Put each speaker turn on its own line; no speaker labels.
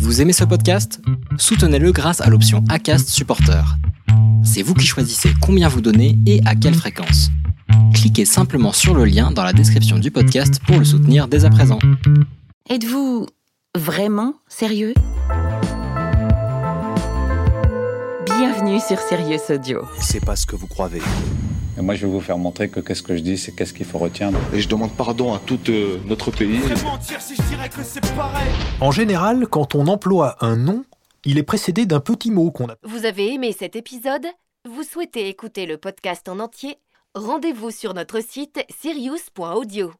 Vous aimez ce podcast Soutenez-le grâce à l'option ACAST Supporter. C'est vous qui choisissez combien vous donnez et à quelle fréquence. Cliquez simplement sur le lien dans la description du podcast pour le soutenir dès à présent.
Êtes-vous vraiment sérieux Bienvenue sur Sirius Audio.
C'est pas ce que vous croyez.
Et moi, je vais vous faire montrer que qu'est-ce que je dis, c'est qu'est-ce qu'il faut retenir.
Et je demande pardon à tout euh, notre pays.
En général, quand on emploie un nom, il est précédé d'un petit mot qu'on appelle.
Vous avez aimé cet épisode Vous souhaitez écouter le podcast en entier Rendez-vous sur notre site sirius.audio.